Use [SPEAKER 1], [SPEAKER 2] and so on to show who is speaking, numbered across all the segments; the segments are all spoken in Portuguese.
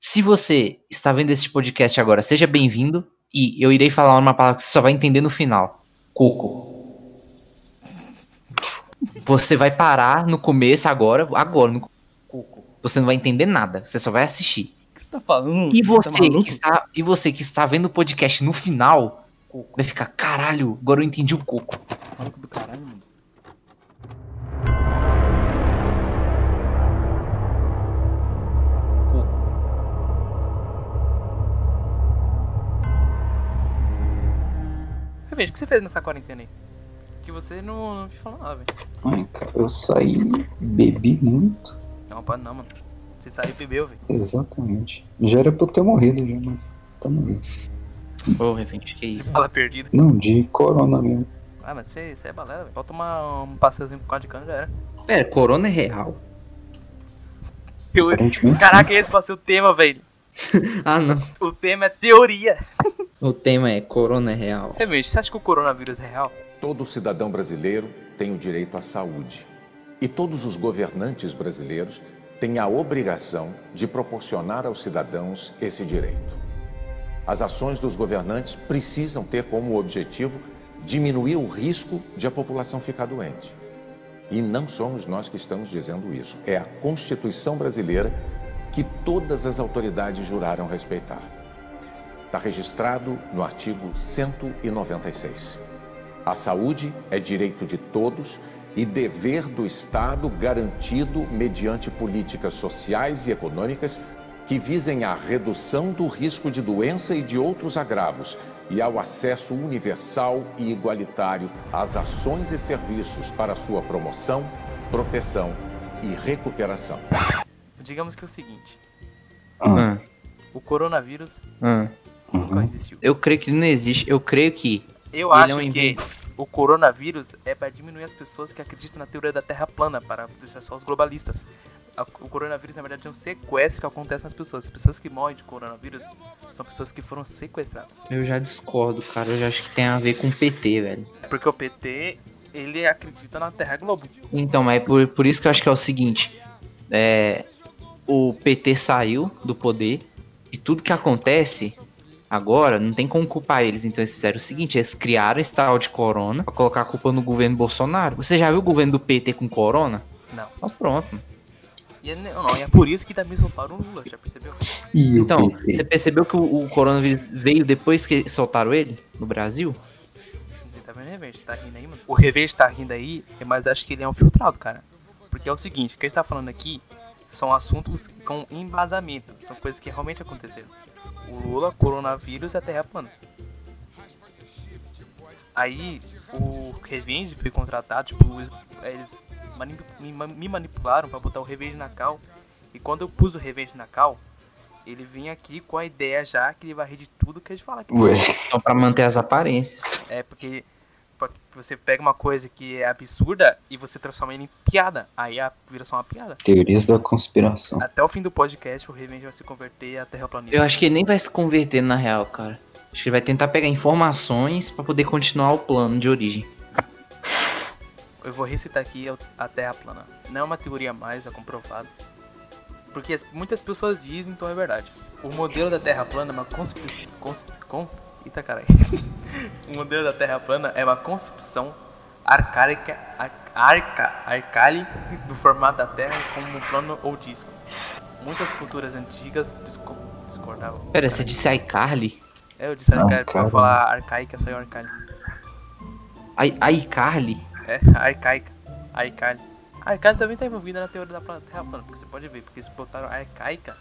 [SPEAKER 1] Se você está vendo esse podcast agora, seja bem-vindo. E eu irei falar uma palavra que você só vai entender no final: coco. Você vai parar no começo agora, agora, no coco. Você não vai entender nada, você só vai assistir.
[SPEAKER 2] O que você tá falando?
[SPEAKER 1] E
[SPEAKER 2] Tá
[SPEAKER 1] você,
[SPEAKER 2] maluco?
[SPEAKER 1] que, está, e você que está vendo o podcast no final, vai ficar, caralho, agora eu entendi o coco.
[SPEAKER 2] Maluco do caralho, mano. Mas, Veja, o que você fez nessa quarentena aí? Que você não, não me falou nada, velho.
[SPEAKER 3] Ai, cara, eu saí, bebi muito.
[SPEAKER 2] Não, pá, não, mano. Você saiu e bebeu, velho.
[SPEAKER 3] Exatamente. Já era pra eu ter morrido, já, mano. Tá morrendo.
[SPEAKER 1] Ô, Revente, que isso?
[SPEAKER 2] Fala perdida.
[SPEAKER 3] Não, de corona mesmo.
[SPEAKER 2] Ah, mas você, você é balela, velho. Pode tomar um passeiozinho por causa de cana, já era.
[SPEAKER 1] Pera, corona é real?
[SPEAKER 2] Teoria.
[SPEAKER 3] Aparentemente.
[SPEAKER 2] Caraca, esse vai ser o tema, velho.
[SPEAKER 1] Ah, não.
[SPEAKER 2] O tema é teoria.
[SPEAKER 1] O tema é corona é real.
[SPEAKER 2] Realmente, você acha que o coronavírus é real?
[SPEAKER 4] Todo cidadão brasileiro tem o direito à saúde. E todos os governantes brasileiros têm a obrigação de proporcionar aos cidadãos esse direito. As ações dos governantes precisam ter como objetivo diminuir o risco de a população ficar doente. E não somos nós que estamos dizendo isso, é a Constituição brasileira que todas as autoridades juraram respeitar. Está registrado no artigo 196. A saúde é direito de todos e dever do Estado garantido mediante políticas sociais e econômicas que visem à redução do risco de doença e de outros agravos e ao acesso universal e igualitário às ações e serviços para sua promoção, proteção e recuperação.
[SPEAKER 2] Digamos que é o seguinte:
[SPEAKER 3] Ah,
[SPEAKER 2] o coronavírus
[SPEAKER 1] Ah,
[SPEAKER 2] nunca
[SPEAKER 3] uhum.
[SPEAKER 2] existiu.
[SPEAKER 1] eu creio que não existe. Eu creio que.
[SPEAKER 2] Eu
[SPEAKER 1] Ele é
[SPEAKER 2] acho
[SPEAKER 1] um
[SPEAKER 2] que o coronavírus é para diminuir as pessoas que acreditam na teoria da Terra plana, para deixar só os globalistas. A- O coronavírus, na verdade, é um sequestro que acontece nas pessoas. As pessoas que morrem de coronavírus são pessoas que foram sequestradas.
[SPEAKER 1] Eu já discordo, cara. Eu já acho que tem a ver com PT, velho.
[SPEAKER 2] É Porque o PT, ele acredita na Terra Globo.
[SPEAKER 1] Então, mas é por, por isso que eu acho que é o seguinte. É, o PT saiu do poder e tudo que acontece agora não tem como culpar eles. Então eles fizeram o seguinte, eles criaram esse tal de corona pra colocar a culpa no governo Bolsonaro. Você já viu o governo do PT com corona?
[SPEAKER 2] Não.
[SPEAKER 1] Então pronto.
[SPEAKER 2] E é, não, não, e é por isso que também soltaram o Lula, já percebeu?
[SPEAKER 3] E o
[SPEAKER 1] Então,
[SPEAKER 3] PT?
[SPEAKER 1] você percebeu que o, o coronavírus veio depois que soltaram ele no Brasil?
[SPEAKER 2] Você tá vendo o Revenge? Tá rindo aí, mano? O Revenge tá rindo aí, mas acho que ele é um filtrado, cara. Porque é o seguinte, o que a gente tá falando aqui são assuntos com embasamento. São coisas que realmente aconteceram. O Lula, coronavírus e a Terra plana. Aí, o Revenge foi contratado, tipo, eles mani- me, ma- me manipularam pra botar o Revenge na cal. E quando eu pus o Revenge na cal, ele vinha aqui com a ideia já que ele vai rir de tudo que a gente fala aqui.
[SPEAKER 3] Ué,
[SPEAKER 1] Só Então, pra manter as aparências.
[SPEAKER 2] É porque porque você pega uma coisa que é absurda e você transforma ele em piada. Aí a- vira só uma piada.
[SPEAKER 3] teorias da conspiração.
[SPEAKER 2] Até o fim do podcast, o Revenge vai se converter a terraplanista.
[SPEAKER 1] Eu acho que ele nem vai se converter na real, cara. Acho que ele vai tentar pegar informações pra poder continuar o plano de origem.
[SPEAKER 2] Eu vou recitar aqui a- a Terra plana. Não é uma teoria mais, é comprovado. Porque as- muitas pessoas dizem, então é verdade. O modelo da Terra plana é uma conspiração. Cons... Con... Eita caralho. o modelo da Terra plana é uma concepção arcaica, ar- arca, arcaica do formato da Terra como um plano ou disco. Muitas culturas antigas disco- discordavam.
[SPEAKER 1] Pera, você disse iCarly?
[SPEAKER 2] É, eu disse
[SPEAKER 3] Não,
[SPEAKER 2] arcaica, pra
[SPEAKER 3] cara.
[SPEAKER 2] falar arcaica, saiu arcaica.
[SPEAKER 1] I- iCarly?
[SPEAKER 2] É, arcaica. Arcaica. Arcaica também tá envolvida na teoria da pla- Terra plana, porque você pode ver, porque eles botaram arcaica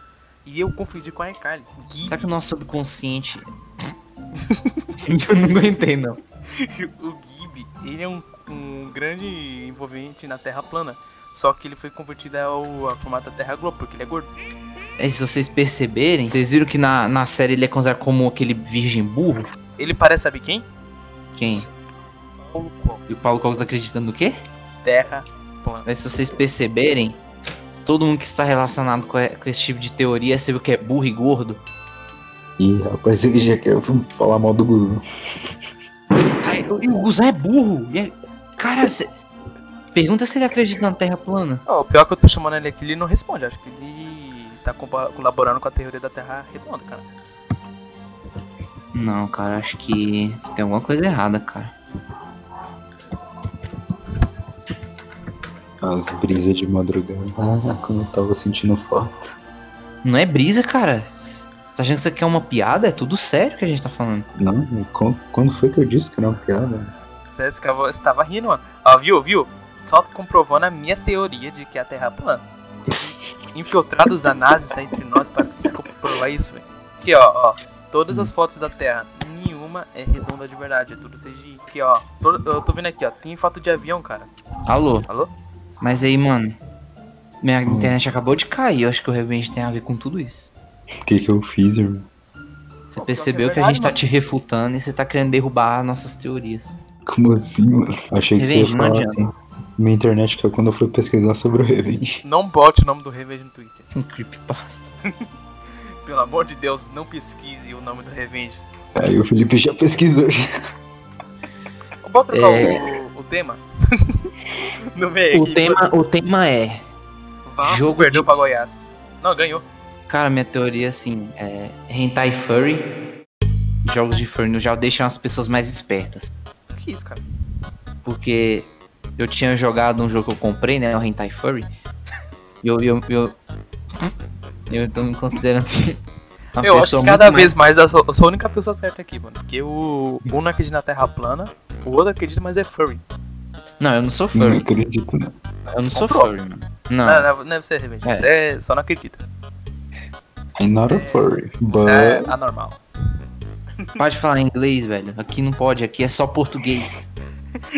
[SPEAKER 2] e eu confundi com arcaica.
[SPEAKER 1] Será que o nosso subconsciente. Eu não aguentei, não.
[SPEAKER 2] o Gib, ele é um, um grande envolvente na Terra plana, só que ele foi convertido ao, ao formato da Terra Globo, porque ele é gordo.
[SPEAKER 1] É, se vocês perceberem, vocês viram que na, na série ele é considerado como aquele virgem burro?
[SPEAKER 2] Ele parece, sabe quem?
[SPEAKER 1] Quem?
[SPEAKER 2] Paulo Coelho.
[SPEAKER 1] E o Paulo Cogos acreditando no quê?
[SPEAKER 2] Terra plana.
[SPEAKER 1] Mas se vocês perceberem, todo mundo que está relacionado com, e- com esse tipo de teoria, você viu que é burro e gordo?
[SPEAKER 3] Ih, rapaz, ele já quer falar mal do governo.
[SPEAKER 1] Ai, o- e o Guzão é burro. e é- Cara, cê... pergunta se ele acredita na Terra plana.
[SPEAKER 2] Ó, o pior é que eu tô chamando ele aqui, ele não responde, acho que ele tá tá compa- colaborando com a teoria da Terra redonda, cara.
[SPEAKER 1] Não, cara, acho que tem alguma coisa errada, cara.
[SPEAKER 3] As brisas de madrugada. Ah, como eu tava sentindo falta.
[SPEAKER 1] Não é brisa, cara. Você tá achando que isso aqui é uma piada? É tudo sério que a gente tá falando.
[SPEAKER 3] Não, quando, quando foi que eu disse que era uma piada?
[SPEAKER 2] Você ficava- estava rindo, mano. Ó, viu, viu? Só comprovando a minha teoria de que a Terra é plana. Infiltrados da NASA está entre nós para comprovar isso, velho. Aqui, ó, ó. Todas as fotos da Terra, nenhuma é redonda de verdade, é tudo CGI. Aqui, ó. todo- eu tô vendo aqui, ó. Tem foto de avião, cara.
[SPEAKER 1] Alô?
[SPEAKER 2] Alô?
[SPEAKER 1] Mas aí, mano. Minha
[SPEAKER 3] Hum.
[SPEAKER 1] internet acabou de cair. Eu acho que o revenge tem a ver com tudo isso.
[SPEAKER 3] O que que eu fiz, irmão?
[SPEAKER 1] Você
[SPEAKER 2] Pô, pior que é
[SPEAKER 1] percebeu que a
[SPEAKER 2] verdade,
[SPEAKER 1] gente tá
[SPEAKER 2] mano.
[SPEAKER 1] te refutando e você tá querendo derrubar nossas teorias.
[SPEAKER 3] Como assim, mano? Achei que você ia
[SPEAKER 1] Revenge, não
[SPEAKER 3] falar assim.
[SPEAKER 1] adianta.
[SPEAKER 3] Minha internet caiu quando eu fui pesquisar sobre o Revenge.
[SPEAKER 2] Não bote o nome do Revenge no Twitter.
[SPEAKER 1] Um creepypasta.
[SPEAKER 2] Pelo amor de Deus, não pesquise o nome do Revenge.
[SPEAKER 3] Aí o Felipe já pesquisou.
[SPEAKER 2] Bora trocar
[SPEAKER 1] É.
[SPEAKER 2] o, o tema? no meio
[SPEAKER 1] O
[SPEAKER 2] aqui.
[SPEAKER 1] tema, o tema é.
[SPEAKER 2] Vasco
[SPEAKER 1] jogo
[SPEAKER 2] perdeu
[SPEAKER 1] de-
[SPEAKER 2] pra Goiás. Não, ganhou.
[SPEAKER 1] Cara, minha teoria assim é. Hentai Furry. Jogos de Furry no geral deixam as pessoas mais espertas.
[SPEAKER 2] Que isso, cara?
[SPEAKER 1] porque eu tinha jogado um jogo que eu comprei, né? O Hentai Furry. E eu. Eu, eu, eu tô me considerando. Uma
[SPEAKER 2] eu acho
[SPEAKER 1] pessoa
[SPEAKER 2] que cada
[SPEAKER 1] muito mais-
[SPEAKER 2] vez mais eu sou, eu sou a única pessoa certa aqui, mano. Porque o um não acredita na Terra plana, o outro acredita, mas é furry.
[SPEAKER 1] Não, eu não sou
[SPEAKER 3] Não
[SPEAKER 1] furry.
[SPEAKER 3] acredito, não.
[SPEAKER 1] Eu não sou
[SPEAKER 2] Comprou.
[SPEAKER 1] furry, mano. Não.
[SPEAKER 2] Não, não, não é você, Revenge.
[SPEAKER 1] É.
[SPEAKER 2] Você é- só não acredita.
[SPEAKER 3] I'm not a furry, but...
[SPEAKER 2] Você é anormal.
[SPEAKER 1] Pode falar em inglês, velho. Aqui não pode, aqui é só português.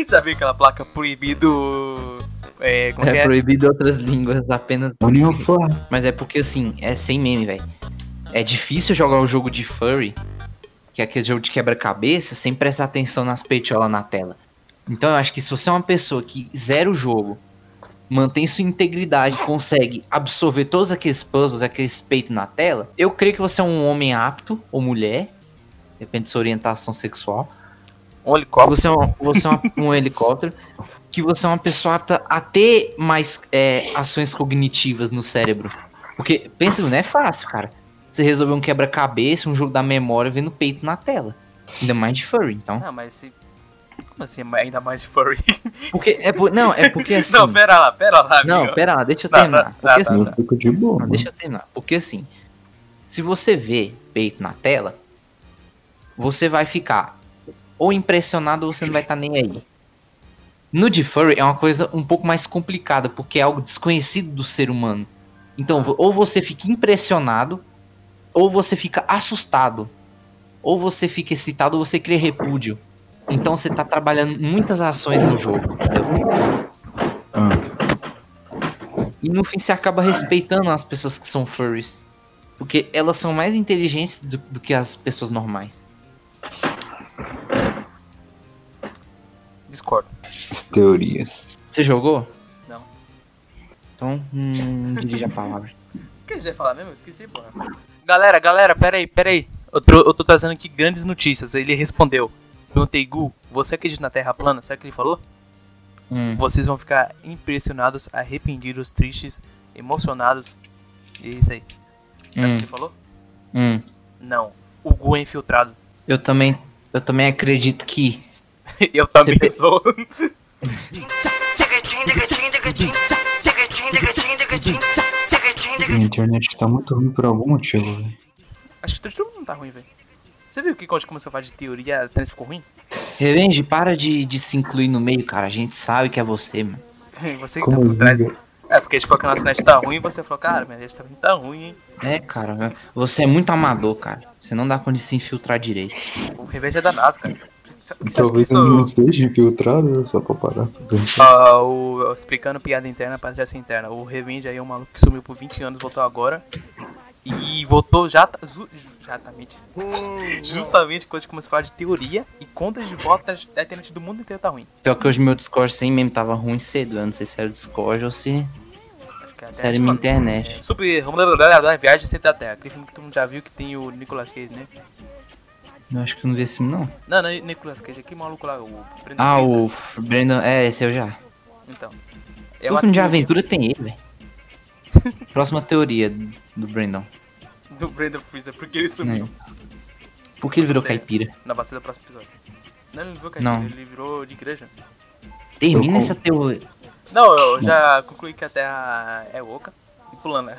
[SPEAKER 2] Já viu aquela placa proibido. É, como que
[SPEAKER 1] É
[SPEAKER 2] é?
[SPEAKER 1] proibido outras línguas, apenas.
[SPEAKER 3] Union Flask.
[SPEAKER 1] Mas é porque assim, é sem meme, velho. É difícil jogar o jogo de furry, que é aquele jogo de quebra-cabeça, sem prestar atenção nas peitiolas na tela. Então eu acho que se você é uma pessoa que zera o jogo, mantém sua integridade, consegue absorver todos aqueles puzzles, aqueles peitos na tela, eu creio que você é um homem apto, ou mulher, depende da sua orientação sexual,
[SPEAKER 2] Um helicóptero.
[SPEAKER 1] você é, um, você é uma- um helicóptero. Que você é uma pessoa apta a ter mais é, ações cognitivas no cérebro. Porque, pensa, não é fácil, cara. Você resolver um quebra-cabeça, um jogo da memória, vendo peito na tela. Ainda mais de furry, então.
[SPEAKER 2] Ah, mas se. Como assim, ainda mais furry?
[SPEAKER 1] Porque, é por- não, é porque assim...
[SPEAKER 2] Não, pera lá, pera lá, amigo.
[SPEAKER 1] Não, pera lá, deixa eu
[SPEAKER 2] Tá,
[SPEAKER 1] terminar.
[SPEAKER 2] tá,
[SPEAKER 1] porque
[SPEAKER 2] tá,
[SPEAKER 1] assim,
[SPEAKER 3] Eu fico de boa,
[SPEAKER 1] Não,
[SPEAKER 3] mano.
[SPEAKER 1] deixa eu terminar. Porque assim, se você vê peito na tela, você vai ficar ou impressionado ou você não vai estar nem aí. No de furry é uma coisa um pouco mais complicada, porque é algo desconhecido do ser humano. Então, vo- ou você fica impressionado, ou você fica assustado, ou você fica excitado, ou você cria repúdio. Então você tá trabalhando muitas ações no jogo. entendeu?
[SPEAKER 3] Ah,
[SPEAKER 1] E no fim você acaba respeitando as pessoas que são furries. Porque elas são mais inteligentes do, do que as pessoas normais.
[SPEAKER 2] Discordo.
[SPEAKER 3] as teorias.
[SPEAKER 1] Você jogou?
[SPEAKER 2] Não.
[SPEAKER 1] Então, hum, dirige a palavra.
[SPEAKER 2] O que a gente ia falar mesmo? Eu Esqueci, porra. Galera, galera, peraí, peraí. Eu tô, eu tô trazendo aqui grandes notícias. Ele respondeu. Perguntei, Gu, você acredita na Terra plana? Sabe o que ele falou?
[SPEAKER 1] Hum,
[SPEAKER 2] Vocês vão ficar impressionados, arrependidos, tristes, emocionados. E é isso aí. Sabe o
[SPEAKER 1] hum,
[SPEAKER 2] que ele falou?
[SPEAKER 1] hum.
[SPEAKER 2] Não. O Gu é infiltrado.
[SPEAKER 1] Eu também. Eu também acredito que.
[SPEAKER 2] Eu também
[SPEAKER 1] Você-
[SPEAKER 2] sou.
[SPEAKER 3] Minha internet tá muito ruim por algum motivo, velho.
[SPEAKER 2] Acho que todo mundo tá ruim, velho. Você viu que quando começou a falar de teoria, a internet ficou ruim?
[SPEAKER 1] Revenge, para de, de se incluir no meio, cara. A gente sabe que é você, mano.
[SPEAKER 2] Você que tá
[SPEAKER 3] Como
[SPEAKER 2] por
[SPEAKER 3] assim,
[SPEAKER 2] trás.
[SPEAKER 3] velho?
[SPEAKER 2] É, porque a gente falou que a nossa net tá ruim e você falou, cara, minha net também tá ruim, hein?
[SPEAKER 1] É, cara. Você é muito amador, cara. Você não dá conta de se infiltrar direito.
[SPEAKER 2] O revenge é da NASA, cara. Você- você acha que
[SPEAKER 3] Talvez eu
[SPEAKER 2] isso-
[SPEAKER 3] não seja infiltrado, só pra parar pra pensar.
[SPEAKER 2] Ah, o- explicando piada interna pra já ser interna. O Revenge aí é um maluco que sumiu por 20 anos, voltou agora. E voltou já. ta- zu- ju- Exatamente. Justamente quando a gente começou a falar de teoria e contas de volta da internet do mundo inteiro tá ruim.
[SPEAKER 1] Pior que hoje meu Discord sem meme tava ruim cedo. Eu não sei se era o Discord ou se.
[SPEAKER 2] Acho que é a
[SPEAKER 1] Série
[SPEAKER 2] internet,
[SPEAKER 1] minha
[SPEAKER 2] mano.
[SPEAKER 1] internet.
[SPEAKER 2] É, Super. Vamos lá, lá, lá, lá, Viagem Centro da Terra. Aquele filme que todo mundo já viu que tem o Nicolas Cage, né?
[SPEAKER 1] Eu acho que eu não vi esse não.
[SPEAKER 2] Não, não é Nicolas Cage, aquele maluco lá, o Brendan
[SPEAKER 1] Ah,
[SPEAKER 2] Fraser.
[SPEAKER 1] o F- Brandon. É, esse eu já.
[SPEAKER 2] Então.
[SPEAKER 1] Todo
[SPEAKER 2] uma
[SPEAKER 1] filme de
[SPEAKER 2] teoria-
[SPEAKER 1] aventura tem ele, velho. Próxima teoria do Brandon.
[SPEAKER 2] Do Brandon Freezer, porque ele
[SPEAKER 1] É.
[SPEAKER 2] sumiu.
[SPEAKER 1] Por que ele virou
[SPEAKER 2] Sério?
[SPEAKER 1] caipira?
[SPEAKER 2] Na bacia do próximo episódio. Não, ele não virou caipira,
[SPEAKER 1] Não.
[SPEAKER 2] ele virou de igreja.
[SPEAKER 1] Termina
[SPEAKER 3] Eu
[SPEAKER 1] essa teoria.
[SPEAKER 2] Não, eu já concluí que a Terra é oca e plana.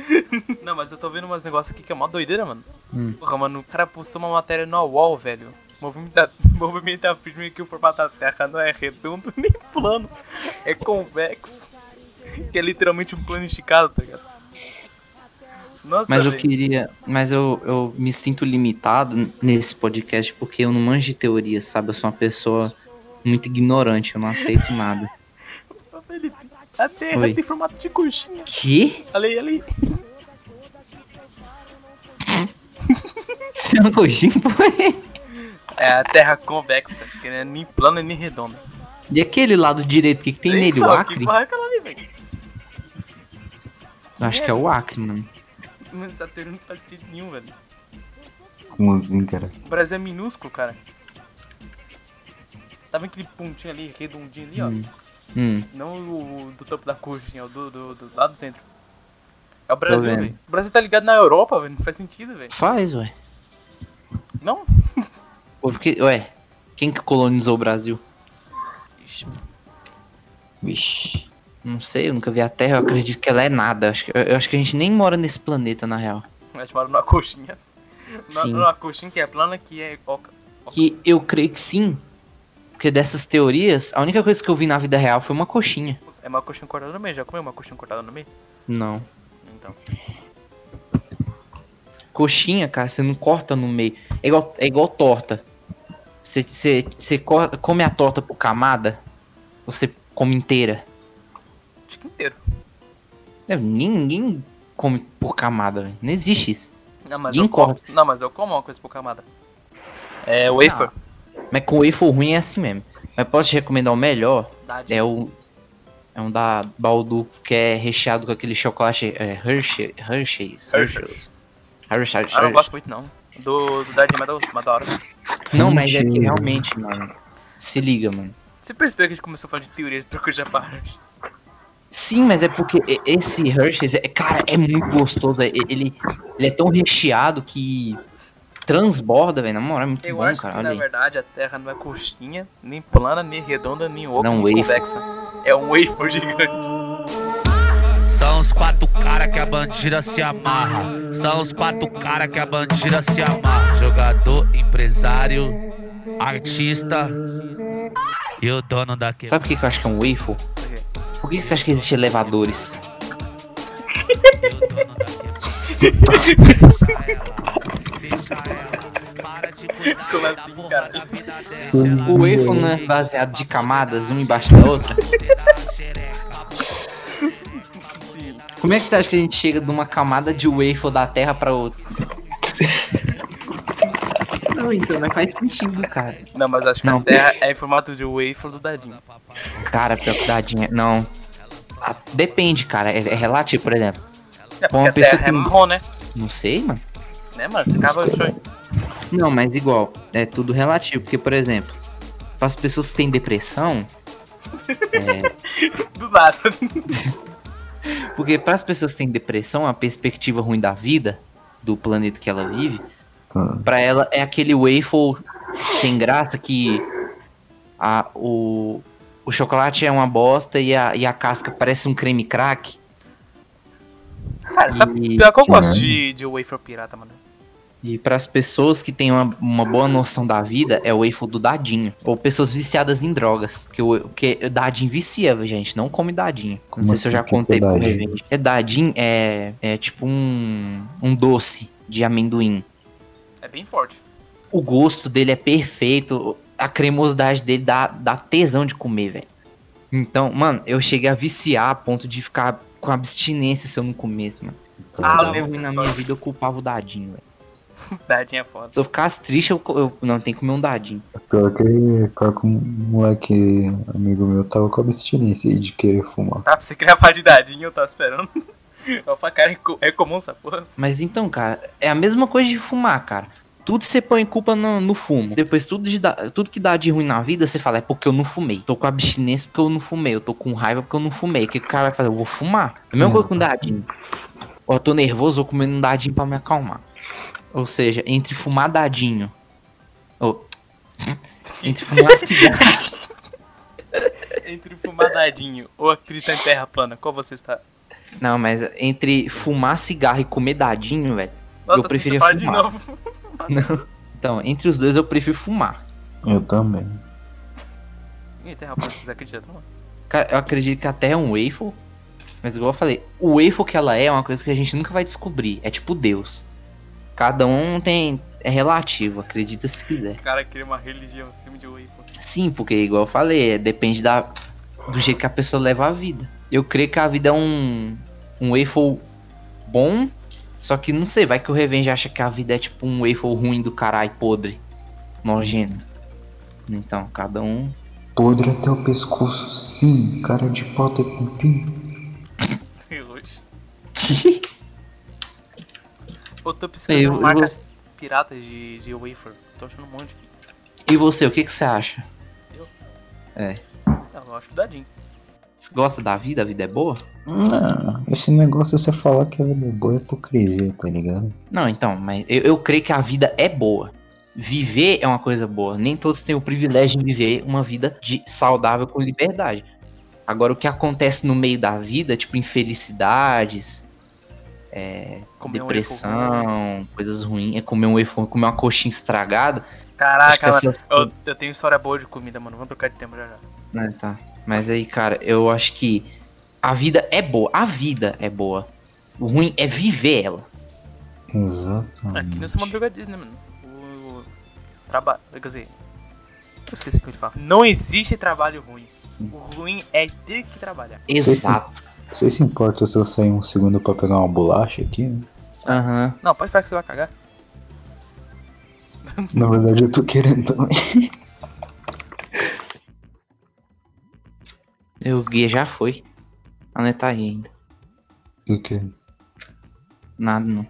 [SPEAKER 2] não, mas eu tô vendo umas negócios aqui que é mó doideira, mano.
[SPEAKER 1] Hum.
[SPEAKER 2] Porra, mano, o cara postou uma matéria na UOL, velho. Movimento da, movimento da firme que o formato da Terra não é redondo nem plano, é convexo. Que é literalmente um plano esticado, tá ligado? Nossa,
[SPEAKER 1] Mas eu
[SPEAKER 2] velho.
[SPEAKER 1] queria. Mas eu, eu me sinto limitado n- nesse podcast porque eu não manjo de teoria, sabe? Eu sou uma pessoa muito ignorante, eu não aceito nada.
[SPEAKER 2] Ô, Felipe, a Terra
[SPEAKER 1] Oi.
[SPEAKER 2] tem formato de coxinha.
[SPEAKER 1] que?
[SPEAKER 2] Olha aí, olha aí.
[SPEAKER 1] Você é um não coxinha, pô?
[SPEAKER 2] É a Terra convexa, que não é nem plana nem redonda.
[SPEAKER 1] E aquele lado direito, o que, que tem
[SPEAKER 2] Ei,
[SPEAKER 1] nele? O
[SPEAKER 2] cara,
[SPEAKER 1] Acre?
[SPEAKER 2] Que porra é aquela ali, velho?
[SPEAKER 1] Eu acho que é o Acre, mano.
[SPEAKER 2] Mano, essa teoria não faz sentido nenhum, velho.
[SPEAKER 3] Como assim, cara?
[SPEAKER 2] O Brasil é minúsculo, cara. Tá vendo aquele pontinho ali, redondinho ali, ó?
[SPEAKER 1] Hum. Hum.
[SPEAKER 2] Não o do topo da coxinha, é o do, do, do lado do centro. É o Brasil,
[SPEAKER 1] vendo.
[SPEAKER 2] velho. O Brasil tá ligado na Europa, velho. Não faz sentido, velho.
[SPEAKER 1] Faz, ué.
[SPEAKER 2] Não?
[SPEAKER 1] Pô, Porque, ué, quem que colonizou o Brasil?
[SPEAKER 2] Ixi,
[SPEAKER 3] Vixe.
[SPEAKER 1] Não sei, eu nunca vi a Terra, eu acredito que ela é nada. Acho que- eu- eu acho que a gente nem mora nesse planeta, na real.
[SPEAKER 2] nós moramos numa coxinha. Nós
[SPEAKER 1] Sim.
[SPEAKER 2] moramos numa coxinha que é plana, que é oca.
[SPEAKER 1] Que eu creio que sim. Porque dessas teorias, a única coisa que eu vi na vida real foi uma coxinha.
[SPEAKER 2] É uma coxinha cortada no meio. Já comeu uma coxinha cortada no meio?
[SPEAKER 1] Não.
[SPEAKER 2] Então.
[SPEAKER 1] Coxinha, cara, você não corta no meio. É igual, é igual torta. Você, você, você co- come a torta por camada, você come inteira.
[SPEAKER 2] Acho que inteiro.
[SPEAKER 1] É, Ninguém come por camada, velho. Não existe isso.
[SPEAKER 2] Não, mas
[SPEAKER 1] Ninguém
[SPEAKER 2] eu como. Não, mas eu como uma coisa por camada. É wafer.
[SPEAKER 1] Mas com wafer ruim é assim mesmo. Mas posso te recomendar o melhor?
[SPEAKER 2] Dade.
[SPEAKER 1] É o. É um da Baldu que é recheado com aquele chocolate. É, Hershey. Hershey's. Hershey's. Hershey's.
[SPEAKER 2] Ah, não gosto muito não. Do, do Dadinho, mas da- mas da hora.
[SPEAKER 1] Não, mas é que
[SPEAKER 3] Hershey.
[SPEAKER 1] realmente, mano. Se liga, mano.
[SPEAKER 2] Você percebeu que a gente começou a falar de teorias de troco de aparelhos?
[SPEAKER 1] Sim, mas é porque e- esse Hershey's, é, cara, é muito gostoso. é- Ele, ele é tão recheado que transborda, velho. Na moral, é muito
[SPEAKER 2] Eu
[SPEAKER 1] bom,
[SPEAKER 2] acho
[SPEAKER 1] cara.
[SPEAKER 2] que,
[SPEAKER 1] olha
[SPEAKER 2] na
[SPEAKER 1] aí.
[SPEAKER 2] verdade, a Terra não é coxinha, nem plana, nem redonda, nem oca,
[SPEAKER 1] Não,
[SPEAKER 2] nem
[SPEAKER 1] wafer.
[SPEAKER 2] convexa. É um wafer gigante.
[SPEAKER 5] São os quatro cara que a bandida se amarra. São os quatro cara que a bandida se amarra. Jogador, empresário, artista e o dono da quebrada.
[SPEAKER 1] Sabe por que que eu acho que é um waffle? Por que que você acha que existem elevadores?
[SPEAKER 5] E o dono da quebrada. Deixa ela, deixa ela. Para de cuidar
[SPEAKER 2] Como
[SPEAKER 5] da
[SPEAKER 2] assim,
[SPEAKER 5] porra
[SPEAKER 2] cara?
[SPEAKER 5] da vida dela.
[SPEAKER 3] Como
[SPEAKER 5] Ela
[SPEAKER 1] O
[SPEAKER 3] Sim,
[SPEAKER 1] waffle não é
[SPEAKER 5] é.
[SPEAKER 1] baseado de camadas, uma embaixo da outra?
[SPEAKER 5] poderá xereca.
[SPEAKER 2] Sim.
[SPEAKER 1] Como é que você acha que a gente chega de uma camada de waffle da Terra pra outra? Não, então, não faz sentido, cara.
[SPEAKER 2] Não, mas acho que
[SPEAKER 1] Não.
[SPEAKER 2] a Terra é em formato de wafer do Dadinho.
[SPEAKER 1] Cara, pior que dadinha. Não. Ah, Depende, cara. É, é relativo, por exemplo.
[SPEAKER 2] É
[SPEAKER 1] Bom,
[SPEAKER 2] porque a
[SPEAKER 1] pensa
[SPEAKER 2] Terra
[SPEAKER 1] que-
[SPEAKER 2] é marrom, né?
[SPEAKER 1] Não sei, mano.
[SPEAKER 2] Né, mano? Você acaba
[SPEAKER 1] Não, mas igual, é tudo relativo, porque, por exemplo, para as pessoas que têm depressão,
[SPEAKER 2] do nada.
[SPEAKER 1] porque para as pessoas que têm depressão, a perspectiva ruim da vida, do planeta que ela vive,
[SPEAKER 3] Ah.
[SPEAKER 1] para ela é aquele waffle sem graça que a, o, o chocolate é uma bosta e a, e a casca parece um creme crack.
[SPEAKER 2] Cara, sabe
[SPEAKER 1] E-
[SPEAKER 2] pior é que eu gosto
[SPEAKER 1] né?
[SPEAKER 3] Sim.
[SPEAKER 2] de, de wafer pirata, mano?
[SPEAKER 1] E para as pessoas que têm uma, uma boa noção da vida, é o waffle do dadinho. Ou pessoas viciadas em drogas. Que o que dadinho vicia, gente. Não come dadinho. Não
[SPEAKER 3] Como
[SPEAKER 1] sei se eu
[SPEAKER 3] assim?
[SPEAKER 1] já
[SPEAKER 3] O que é
[SPEAKER 1] contei pro
[SPEAKER 3] dadinho?
[SPEAKER 1] Revenge. É dadinho, é, é tipo um, um doce de amendoim.
[SPEAKER 2] É bem forte.
[SPEAKER 1] O gosto dele é perfeito. A cremosidade dele dá, dá tesão de comer, velho. Então, mano, eu cheguei a viciar a ponto de ficar com abstinência se eu não comesse, mano. Tudo
[SPEAKER 2] Ah,
[SPEAKER 1] que dava
[SPEAKER 2] lembro
[SPEAKER 1] ruim
[SPEAKER 2] dessa
[SPEAKER 1] na minha
[SPEAKER 2] história.
[SPEAKER 1] vida, eu culpava o dadinho, velho.
[SPEAKER 2] Dadinho é foda.
[SPEAKER 1] Se eu ficasse triste, eu, co- eu não tem que comer um dadinho.
[SPEAKER 3] Pior que, pior que um moleque amigo meu tava com abstinência aí de querer fumar.
[SPEAKER 2] Tá, pra você criar parte de dadinho, eu tava esperando. Eu falei, cara, é co- é comum essa porra.
[SPEAKER 1] Mas então, cara, é a mesma coisa de fumar, cara. Tudo você põe culpa no, no fumo. Depois, tudo, de da- tudo que dá de ruim na vida, você fala, é porque eu não fumei. Tô com abstinência porque eu não fumei. Eu tô com raiva porque eu não fumei. O que que o cara vai fazer? Eu vou fumar. É a mesma coisa com dadinho. Ó, tô nervoso, vou comer um dadinho pra me acalmar. Ou seja, entre fumar dadinho. Ou. entre fumar cigarro.
[SPEAKER 2] Entre fumadadinho ou acreditar em terra plana, qual você está?
[SPEAKER 1] Não, mas entre fumar cigarro e comer dadinho, velho.
[SPEAKER 2] Notas,
[SPEAKER 1] preferia
[SPEAKER 2] você fala de
[SPEAKER 1] fumar.
[SPEAKER 2] novo.
[SPEAKER 1] Então, entre os dois eu prefiro fumar.
[SPEAKER 3] Eu também.
[SPEAKER 2] Ih, terra plana, vocês acreditam? não?
[SPEAKER 1] Cara, eu acredito que até é um waffle. Mas igual eu falei, o waffle que ela é é uma coisa que a gente nunca vai descobrir. É tipo Deus. Cada um tem. É relativo, acredita se quiser.
[SPEAKER 2] O cara cria uma religião em cima de um Waco.
[SPEAKER 1] Sim, porque igual eu falei, é- depende da, do jeito que a pessoa leva a vida. Eu creio que a vida é um. um waffle bom. Só que não sei, vai que o Revenge acha que a vida é tipo um waffle ruim do caralho, podre. Nojento. Então, cada um
[SPEAKER 3] Podre até o pescoço, sim. Cara de pau até pimpim.
[SPEAKER 2] Ô, tô
[SPEAKER 1] Eu-
[SPEAKER 2] pesquisando
[SPEAKER 1] eu
[SPEAKER 2] marcas piratas assim, de, de wafer. Tô achando um monte aqui.
[SPEAKER 1] E você, o que, que você acha?
[SPEAKER 2] Não, É, eu acho dadinho.
[SPEAKER 1] Você gosta da vida? A vida é boa?
[SPEAKER 3] Não, esse negócio de você falar que ela é boa é hipocrisia, tá ligado?
[SPEAKER 1] Não, então, mas eu, eu creio que a vida é boa. Viver é uma coisa boa. Nem todos têm o privilégio de viver uma vida de saudável com liberdade. Agora, o que acontece no meio da vida, tipo infelicidades,
[SPEAKER 2] Comer um wafer.
[SPEAKER 1] depressão, coisas ruins, é comer um iPhone, comer uma coxinha estragada. acho que
[SPEAKER 2] Caraca, mano.
[SPEAKER 1] essas-
[SPEAKER 2] Eu, eu tenho história boa de comida, mano. Vamos trocar de tema já já.
[SPEAKER 1] Ah, tá. Mas aí, cara, eu acho que a vida é boa. A vida é boa. O ruim é viver ela.
[SPEAKER 2] É, Aqui
[SPEAKER 3] Exatamente.
[SPEAKER 2] nessa madrugadinha, né, mano? O trabalho. Quer dizer. Eu esqueci o que eu ia falar. Não existe trabalho ruim. O ruim é ter que trabalhar.
[SPEAKER 3] Sim, sim.
[SPEAKER 1] Exato.
[SPEAKER 3] Você se importa se eu sair um segundo pra pegar uma bolacha aqui? né?
[SPEAKER 1] Aham.
[SPEAKER 2] Não, pode falar que você vai cagar.
[SPEAKER 3] Na verdade, eu tô querendo também.
[SPEAKER 1] O guia já foi. A não tá aí ainda.
[SPEAKER 3] O quê?
[SPEAKER 1] Nada não.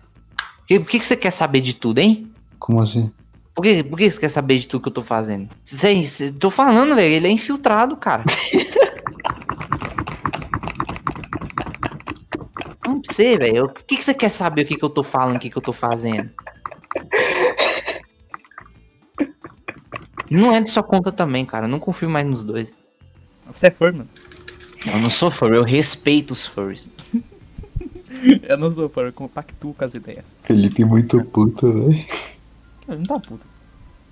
[SPEAKER 1] E Por que, que você quer saber de tudo, hein?
[SPEAKER 3] Como assim?
[SPEAKER 1] Por que, por que você quer saber de tudo que eu tô fazendo? Cê, cê- tô falando, velho. Ele é infiltrado, cara. Não sei, velho. Por que, que você quer saber o que, que eu tô falando, o que, que eu tô fazendo? Não é de sua conta também, cara. Eu não confio mais nos dois.
[SPEAKER 2] Você é furry, mano.
[SPEAKER 1] Eu não sou furry, eu respeito os furries.
[SPEAKER 2] Eu não sou furry, eu compactuo com as ideias.
[SPEAKER 3] Felipe é muito puto, velho.
[SPEAKER 2] Eu não tá puto.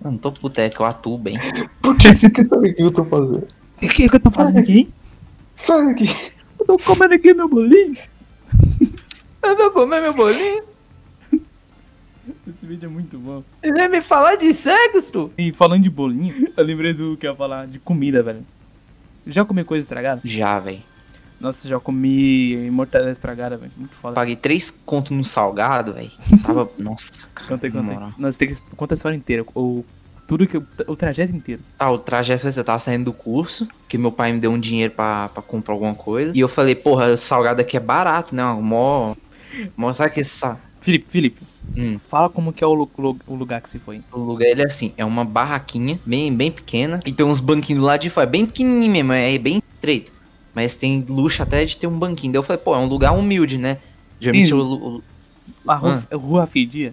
[SPEAKER 1] Eu não tô puto, é que eu atuo bem.
[SPEAKER 3] Por que você quer saber o que eu tô fazendo?
[SPEAKER 2] O que, que eu
[SPEAKER 1] Tá
[SPEAKER 2] tô fazendo aqui?
[SPEAKER 3] Sai daqui!
[SPEAKER 2] Eu tô comendo aqui meu bolinho.
[SPEAKER 1] Eu vou comer meu bolinho?
[SPEAKER 2] Esse vídeo é muito bom.
[SPEAKER 1] Você vai me falar de sexo?
[SPEAKER 2] E falando de bolinho, eu lembrei do que eu ia falar, de comida, velho. Já comi coisa estragada?
[SPEAKER 1] Já, velho.
[SPEAKER 2] Nossa, já comi mortadela estragada, velho. Muito foda.
[SPEAKER 1] Paguei três contos no salgado, velho. Tava. Nossa, cara.
[SPEAKER 2] Cantei,
[SPEAKER 1] na
[SPEAKER 2] cantei.
[SPEAKER 1] moral.
[SPEAKER 2] Não, você tem que contar a história inteira. O, tudo que. eu- O trajeto inteiro.
[SPEAKER 1] Tá, o trajeto foi assim, eu tava saindo do curso, que meu pai me deu um dinheiro pra, pra comprar alguma coisa. E eu falei, porra, salgado aqui é barato, né? Mó. Mó, sabe que esse sa-
[SPEAKER 2] Felipe, Felipe.
[SPEAKER 1] Hum.
[SPEAKER 2] Fala como que é o, lu- lu- o lugar que você foi.
[SPEAKER 1] O lugar ele é assim, é uma barraquinha bem, bem pequena. E tem uns banquinhos lá de fora, bem pequenininho mesmo, é bem estreito. Mas tem luxo até de ter um banquinho. Daí eu falei, pô, é um lugar humilde, né? Geralmente
[SPEAKER 2] Sim.
[SPEAKER 1] o, o-
[SPEAKER 2] A rua,
[SPEAKER 1] Ah.
[SPEAKER 2] rua Fedia?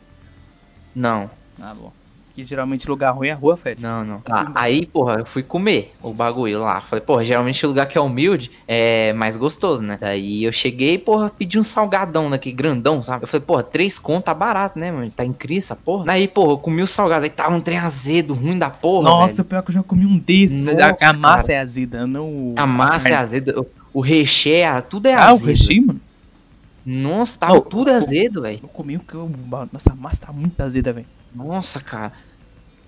[SPEAKER 1] Não,
[SPEAKER 2] Ah, bom. Que geralmente lugar ruim é rua Fed.
[SPEAKER 1] Não, não. Tá, aí, porra, eu fui comer o bagulho lá. Falei, porra, geralmente o lugar que é humilde é mais gostoso, né? Daí eu cheguei, porra, pedi um salgadão daqui, grandão, sabe? Eu falei, porra, três conto tá barato, né, mano? Tá incrível essa porra. Daí, porra, eu comi o salgado, aí tava um trem azedo, ruim da porra,
[SPEAKER 2] Nossa,
[SPEAKER 1] velho.
[SPEAKER 2] o pior que eu já comi um desses, velho.
[SPEAKER 1] Nossa,
[SPEAKER 2] A, a massa é azida, não. o-
[SPEAKER 1] A massa é azedo, o recheio, é- tudo é
[SPEAKER 2] Ah, o
[SPEAKER 1] azedo.
[SPEAKER 2] recheio, mano.
[SPEAKER 1] Nossa, tava
[SPEAKER 2] Não,
[SPEAKER 1] tudo azedo, velho.
[SPEAKER 2] Eu comi o que eu. Nossa, a massa tá muito azeda, velho.
[SPEAKER 1] Nossa, cara.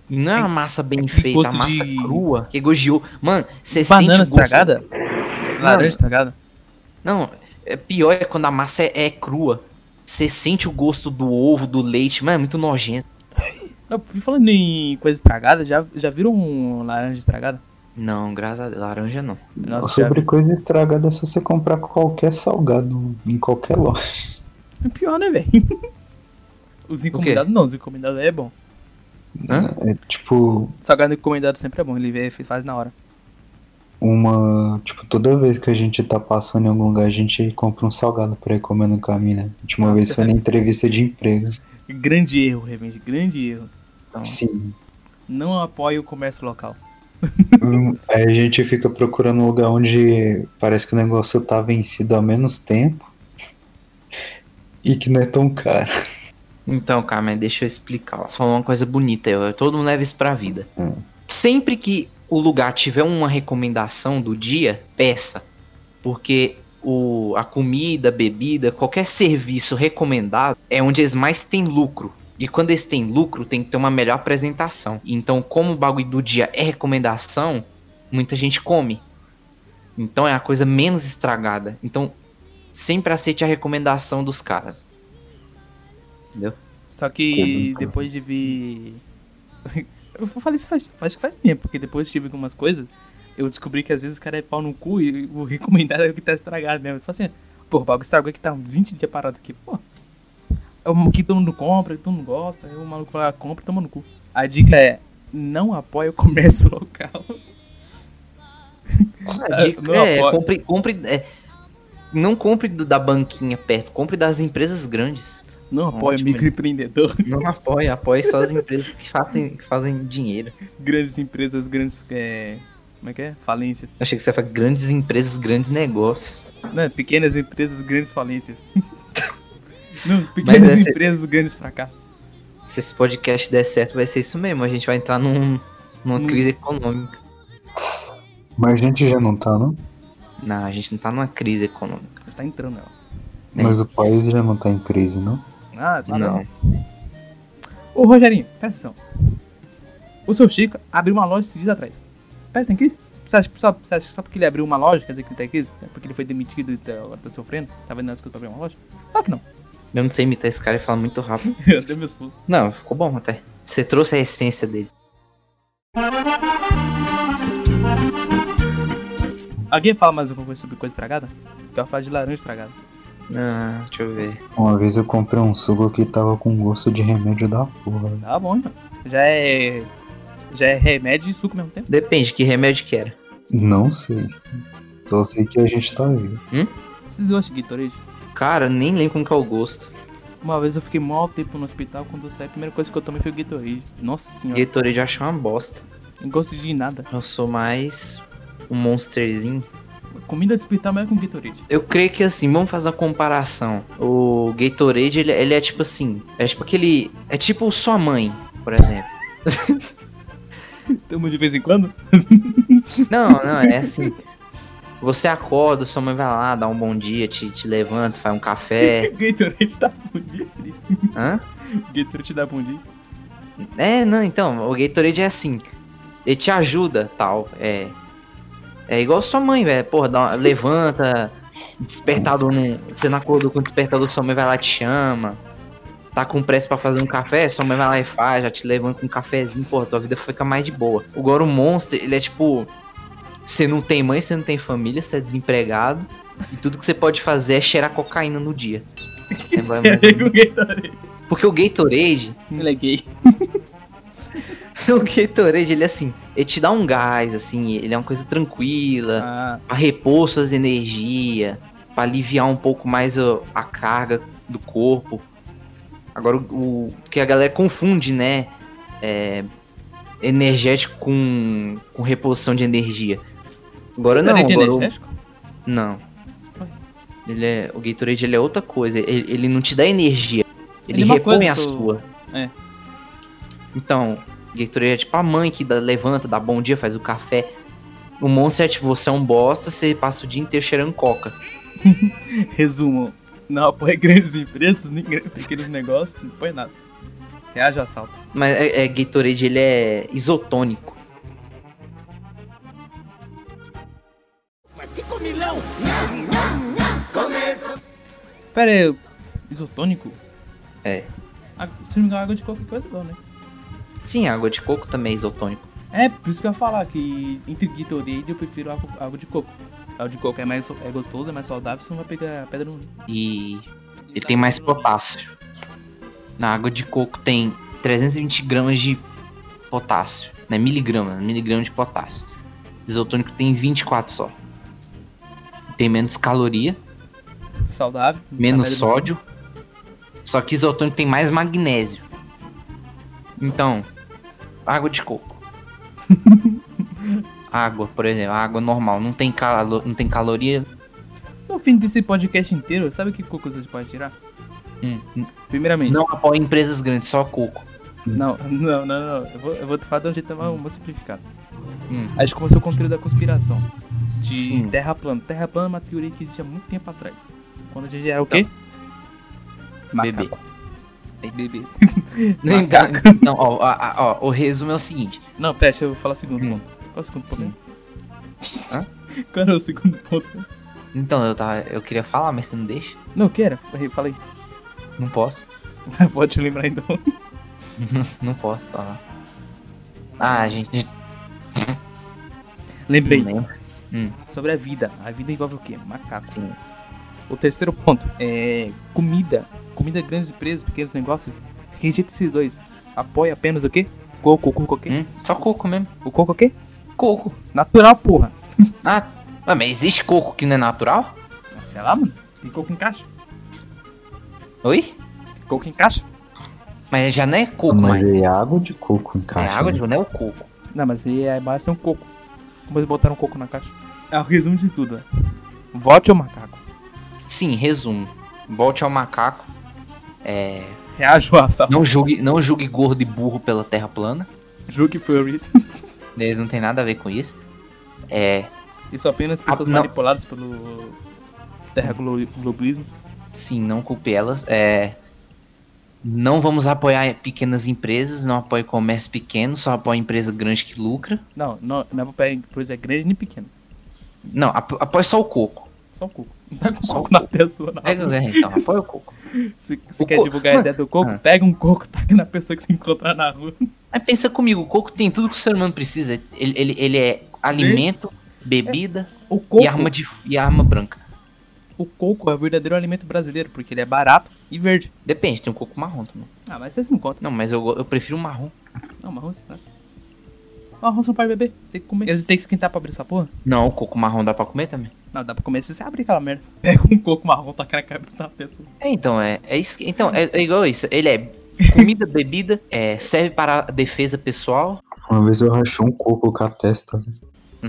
[SPEAKER 1] E Não é uma massa bem
[SPEAKER 2] aquele
[SPEAKER 1] feita, a
[SPEAKER 2] gosto
[SPEAKER 1] massa
[SPEAKER 2] de-
[SPEAKER 1] crua. Que gogiou. Mano, você sente o
[SPEAKER 2] Banana
[SPEAKER 1] gosto...
[SPEAKER 2] estragada? Laranja estragada?
[SPEAKER 1] Não, é pior é quando a massa é, é crua. Você sente o gosto do ovo, do leite, mas é muito nojento.
[SPEAKER 2] Não, e falando em coisa estragada, já, já viram um laranja estragada?
[SPEAKER 1] Não, graças a Deus, laranja não.
[SPEAKER 2] Nossa, já
[SPEAKER 3] Sobre
[SPEAKER 2] vi.
[SPEAKER 3] coisa estragada é só você comprar qualquer salgado em qualquer loja.
[SPEAKER 2] É pior, né, velho? Os
[SPEAKER 1] quê?
[SPEAKER 2] encomendados não, os encomendados aí é bom.
[SPEAKER 1] Hã?
[SPEAKER 3] É tipo
[SPEAKER 2] Salgado encomendado sempre é bom, ele vê- faz na hora.
[SPEAKER 3] uma. Tipo, toda vez que a gente tá passando em algum lugar, a gente compra um salgado pra ir comer no caminho, né? A última
[SPEAKER 2] Nossa, é.
[SPEAKER 3] vez foi na entrevista de emprego.
[SPEAKER 2] Grande erro, Revenge, grande erro.
[SPEAKER 3] Sim.
[SPEAKER 2] Não apoie o comércio local.
[SPEAKER 3] Hum, Aí a gente fica procurando um lugar onde parece que o negócio tá vencido há menos tempo. E que não é tão caro.
[SPEAKER 1] Então, cara, mas deixa eu explicar. Você falou uma coisa bonita, eu, todo mundo leva isso pra vida.
[SPEAKER 3] Hum.
[SPEAKER 1] Sempre que o lugar tiver uma recomendação do dia, peça. Porque o, a comida, bebida, qualquer serviço recomendado é onde eles mais têm lucro. E quando eles têm lucro, tem que ter uma melhor apresentação. Então, como o bagulho do dia é recomendação, muita gente come. Então é a coisa menos estragada. Então, sempre aceite a recomendação dos caras.
[SPEAKER 2] Só
[SPEAKER 3] Como
[SPEAKER 2] que
[SPEAKER 3] nunca.
[SPEAKER 2] depois de vir. Eu falei isso faz, acho que faz tempo, porque depois de tive algumas coisas, eu descobri que às vezes o cara é pau no cu e o recomendado é o que tá estragado mesmo. Eu falo assim, pô, o bagulho estragou aqui, tá uns 20 dias parado aqui, pô. É o que todo mundo compra, que todo mundo gosta, aí o maluco lá compra e toma no cu. A dica é, não apoia o comércio local.
[SPEAKER 1] A dica
[SPEAKER 2] Não,
[SPEAKER 1] é,
[SPEAKER 2] pode.
[SPEAKER 1] compre, compre, é, não compre do- da banquinha perto, compre das empresas grandes.
[SPEAKER 2] Não apoia o
[SPEAKER 1] Ótimo.
[SPEAKER 2] microempreendedor,
[SPEAKER 1] Não apoie, apoie só as empresas que fazem, que fazem dinheiro.
[SPEAKER 2] grandes empresas, grandes. é, como é que é? Falência.
[SPEAKER 1] Eu achei que você ia falar grandes empresas, grandes negócios.
[SPEAKER 2] Não, é pequenas empresas, grandes falências. Não, pequenas
[SPEAKER 1] essa-
[SPEAKER 2] empresas, grandes fracassos.
[SPEAKER 1] Se esse podcast der certo, vai ser isso mesmo. A gente vai entrar num, numa
[SPEAKER 2] Hum.
[SPEAKER 1] crise econômica.
[SPEAKER 3] Mas a gente já não tá, não?
[SPEAKER 1] Não, a gente não tá numa crise econômica.
[SPEAKER 2] Tá entrando ela.
[SPEAKER 1] É
[SPEAKER 3] Mas o
[SPEAKER 1] isso.
[SPEAKER 3] país já não tá em crise, não?
[SPEAKER 2] Ah, tá
[SPEAKER 1] Não.
[SPEAKER 2] não. Ô, Rogerinho, presta atenção. O seu Chico abriu uma loja esses dias atrás. Presta em crise? Você acha, só, você acha que só porque ele abriu uma loja, quer dizer que ele tá em crise? É porque ele foi demitido e tá, agora tá sofrendo? Tá vendo as coisas pra abrir uma loja? Claro que não.
[SPEAKER 1] Eu não sei imitar esse cara e falar muito rápido.
[SPEAKER 2] Eu dei meus pulos.
[SPEAKER 1] Não, ficou bom até. Você trouxe a essência dele.
[SPEAKER 2] Alguém fala mais alguma coisa sobre coisa estragada? Eu quero falar de laranja estragada.
[SPEAKER 1] Ah, deixa eu ver.
[SPEAKER 3] Uma vez eu comprei um suco que tava com gosto de remédio da porra.
[SPEAKER 2] Tá bom, então. Já é. Já é remédio e suco ao mesmo tempo.
[SPEAKER 1] Depende, que remédio que era.
[SPEAKER 3] Não sei. Só sei que a gente tá vivo.
[SPEAKER 2] Vocês gostam de Gatorade?
[SPEAKER 1] Cara, nem lembro como que é o gosto.
[SPEAKER 2] Uma vez eu fiquei mal tempo no hospital, quando eu saí, a primeira coisa que eu tomei foi o Gatorade. Nossa senhora,
[SPEAKER 1] Gatorade eu acho uma bosta.
[SPEAKER 2] não gosto de nada.
[SPEAKER 1] Eu sou mais um monsterzinho.
[SPEAKER 2] Comida de hospital é melhor que um Gatorade.
[SPEAKER 1] Eu creio que assim, vamos fazer uma comparação. O Gatorade, ele, ele é tipo assim. É tipo aquele. É tipo o sua mãe, por exemplo.
[SPEAKER 2] Tamo de vez em quando?
[SPEAKER 1] Não, não, é assim. Você acorda, sua mãe vai lá, dá um bom dia, te, te levanta, faz um café.
[SPEAKER 2] Gatorade dá bom dia, Felipe.
[SPEAKER 1] Hã?
[SPEAKER 2] Gatorade dá bom dia.
[SPEAKER 1] É, não, então, o Gatorade é assim. Ele te ajuda, tal. É. É igual sua mãe, velho. Porra, dá uma- levanta, despertador não. Você não acordou com o despertador, sua mãe vai lá e te chama. Tá com pressa pra fazer um café, sua mãe vai lá e faz, já te levanta com um cafezinho, porra, tua vida fica mais de boa. Agora o Monster, ele é tipo. Você não tem mãe, você não tem família, você é desempregado. E tudo que você pode fazer é cheirar cocaína no dia. É, vai mais ou
[SPEAKER 2] Sério, o Gatorade.
[SPEAKER 1] menos. Porque o Gatorade,
[SPEAKER 2] Ele é gay.
[SPEAKER 1] O Gatorade, ele é assim, ele te dá um gás, assim, ele é uma coisa tranquila,
[SPEAKER 2] Ah,
[SPEAKER 1] pra repor suas energias, pra aliviar um pouco mais a, a carga do corpo. Agora, o, o que a galera confunde, né, é, energético com, com reposição de energia. Agora não,
[SPEAKER 2] Gatorade é
[SPEAKER 1] agora o-
[SPEAKER 2] energético?
[SPEAKER 1] não. Ele é, o Gatorade, ele é outra coisa, ele, ele não te dá energia, ele,
[SPEAKER 2] Ele é uma
[SPEAKER 1] repõe
[SPEAKER 2] coisa
[SPEAKER 1] a
[SPEAKER 2] que eu-
[SPEAKER 1] sua.
[SPEAKER 2] É.
[SPEAKER 1] Então, Gatorade é tipo a mãe que dá- levanta, dá bom dia, faz o café. O monstro é tipo, você é um bosta, você passa o dia inteiro cheirando coca.
[SPEAKER 2] Resumo. Não apoia grandes empresas, nem grandes- pequenos negócios, não apoia nada. Reage ao assalto.
[SPEAKER 1] Mas é, é, Gatorade, ele é isotônico.
[SPEAKER 2] Pera aí, isotônico?
[SPEAKER 1] É.
[SPEAKER 2] Ah, Se não me engano, água de qualquer coisa é igual, né?
[SPEAKER 1] Sim, a água de coco também é isotônico.
[SPEAKER 2] É, por isso que eu ia falar que entre Gatorade eu prefiro água, água de coco. Água de coco é mais so- é gostoso, é mais saudável, você não vai pegar pedra no. tá
[SPEAKER 1] E ele tem mais potássio. Na água de coco tem 320 gramas de potássio, né? Miligramas, miligramas de potássio. Isotônico tem 24 só. Tem menos caloria,
[SPEAKER 2] Saudável.
[SPEAKER 1] menos
[SPEAKER 2] Tá vendo?
[SPEAKER 1] sódio. Só que isotônico tem mais magnésio. Então, água de coco. água, por exemplo, água normal, não tem calo, não tem caloria.
[SPEAKER 2] No fim desse podcast inteiro, sabe que conclusão a gente pode tirar?
[SPEAKER 1] Hum,
[SPEAKER 2] Primeiramente.
[SPEAKER 1] Não apoia empresas grandes, só coco.
[SPEAKER 2] Não, não, não, não. Eu vou, eu vou falar de um jeito mais mais simplificado.
[SPEAKER 1] Hum.
[SPEAKER 2] A gente começou com o conteúdo da conspiração. De
[SPEAKER 1] Sim.
[SPEAKER 2] terra plana. Terra plana é uma teoria que existe há muito tempo atrás. Quando a gente era o quê?
[SPEAKER 1] Tá. Bebê.
[SPEAKER 2] Macaco.
[SPEAKER 1] Bebê. Então, então, ó, ó, ó, ó, o resumo é o seguinte.
[SPEAKER 2] Não, pera, deixa eu falar o segundo
[SPEAKER 1] Hum.
[SPEAKER 2] ponto. Qual é o segundo ponto?
[SPEAKER 1] Sim.
[SPEAKER 2] mesmo?
[SPEAKER 1] Hã?
[SPEAKER 2] Qual era o segundo ponto?
[SPEAKER 1] Então, eu, tava, eu queria falar, mas você não deixa.
[SPEAKER 2] Não, o que era? Falei.
[SPEAKER 1] Não posso.
[SPEAKER 2] Pode te lembrar então.
[SPEAKER 1] Não posso falar. Ah, gente, gente
[SPEAKER 2] Lembrei.
[SPEAKER 1] não lembra. assim.
[SPEAKER 2] Sobre a vida. A vida envolve o quê? Macacos.
[SPEAKER 1] Sim.
[SPEAKER 2] O terceiro ponto é comida. Comida grandes empresas, pequenos negócios. Rejeita esses dois. Apoia apenas o quê? Coco, coco, o quê?
[SPEAKER 1] Hum? Só coco mesmo.
[SPEAKER 2] O coco o quê?
[SPEAKER 1] Coco.
[SPEAKER 2] Natural, porra.
[SPEAKER 1] Ah, ué, mas existe coco que não é natural?
[SPEAKER 2] Ah, Sei lá, mano. Tem coco em caixa.
[SPEAKER 1] Oi?
[SPEAKER 2] Coco em caixa.
[SPEAKER 1] Mas já não é coco,
[SPEAKER 3] Mas
[SPEAKER 1] mas
[SPEAKER 3] é água de coco em
[SPEAKER 1] é
[SPEAKER 3] caixa.
[SPEAKER 1] água,
[SPEAKER 3] né?
[SPEAKER 1] tipo, não é o coco.
[SPEAKER 2] Não, mas aí é mais um coco. Como eles botaram coco na caixa? É o resumo de tudo, né? Vote o macaco.
[SPEAKER 1] Sim, resumo. Volte ao macaco. É,
[SPEAKER 2] Reajo a essa.
[SPEAKER 1] não, julgue, não julgue gordo e burro pela terra plana.
[SPEAKER 2] Juke Furries.
[SPEAKER 1] Eles não tem nada a ver com isso. É,
[SPEAKER 2] Isso apenas pessoas
[SPEAKER 1] Ah, não.
[SPEAKER 2] manipuladas pelo terra glo- globalismo.
[SPEAKER 1] Sim, não culpe elas. É, não vamos apoiar pequenas empresas, não apoie comércio pequeno, só apoie empresa grande que lucra.
[SPEAKER 2] Não, não, não é papel empresa grande nem pequena.
[SPEAKER 1] Não, apo- apoie só o coco.
[SPEAKER 2] Só o coco. Não pega o
[SPEAKER 1] Só
[SPEAKER 2] coco
[SPEAKER 1] o
[SPEAKER 2] na
[SPEAKER 1] coco.
[SPEAKER 2] pessoa, não.
[SPEAKER 1] É, é, então, apoie o coco.
[SPEAKER 2] Se você
[SPEAKER 1] O
[SPEAKER 2] quer
[SPEAKER 1] co-
[SPEAKER 2] divulgar a
[SPEAKER 1] Mano,
[SPEAKER 2] ideia do coco,
[SPEAKER 1] ah.
[SPEAKER 2] pega um coco, taca na pessoa que se encontrar na rua.
[SPEAKER 1] Mas pensa comigo, o coco tem tudo que o ser humano precisa. Ele, ele, ele é alimento, bebida
[SPEAKER 2] O É, coco,
[SPEAKER 1] e arma de e arma branca.
[SPEAKER 2] o coco é o verdadeiro alimento brasileiro, porque ele é barato e verde.
[SPEAKER 1] Depende, tem um coco marrom também.
[SPEAKER 2] Ah, mas você se encontra.
[SPEAKER 1] Não, mas eu, go- eu prefiro o marrom.
[SPEAKER 2] Não, é marrom você passa. Marrom você não pode beber, você tem que comer. Eles têm que esquentar tá, pra abrir essa porra?
[SPEAKER 1] Não, o coco marrom dá pra comer também.
[SPEAKER 2] Não, dá pra comer se você abrir aquela merda. Pega um coco marrom, taca na cabeça da pessoa.
[SPEAKER 1] É, então, é, é isso. que- Então, é, é igual isso. Ele é comida, bebida, é, serve para defesa pessoal.
[SPEAKER 3] Uma vez eu rachei um coco com a testa.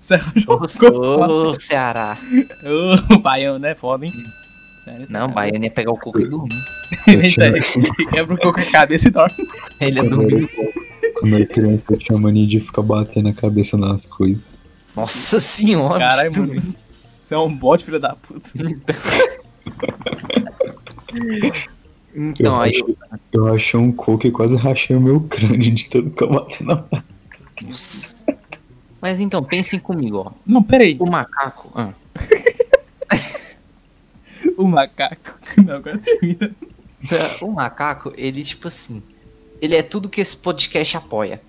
[SPEAKER 2] Você arranjou um coco.
[SPEAKER 1] Ô, Ceará.
[SPEAKER 2] Ô, O baiano, né? Foda, hein? Sério,
[SPEAKER 1] Não, o
[SPEAKER 2] cara.
[SPEAKER 1] Baiano ia pegar o coco e dormir.
[SPEAKER 3] Eu
[SPEAKER 2] Eita,
[SPEAKER 3] tinha-
[SPEAKER 2] ele quebra o coco com a cabeça e dorme.
[SPEAKER 1] Ele é ia
[SPEAKER 3] Quando eu
[SPEAKER 1] dormir.
[SPEAKER 3] era- Quando eu era criança, eu tinha mania de ficar batendo a cabeça nas coisas.
[SPEAKER 1] Nossa senhora.
[SPEAKER 2] Caralho,
[SPEAKER 1] bicho.
[SPEAKER 2] mano. Você é um bote, filho da puta.
[SPEAKER 3] Eu,
[SPEAKER 1] Então, aí
[SPEAKER 3] rachei, eu rachei um coco e quase rachei o meu crânio de tanto que eu bati na mão.
[SPEAKER 1] Nossa. Mas então, pensem comigo, ó.
[SPEAKER 2] Não, peraí.
[SPEAKER 1] O macaco. ah,
[SPEAKER 2] O macaco. Não, agora termina.
[SPEAKER 1] o macaco, ele, tipo assim. Ele é tudo que esse podcast apoia.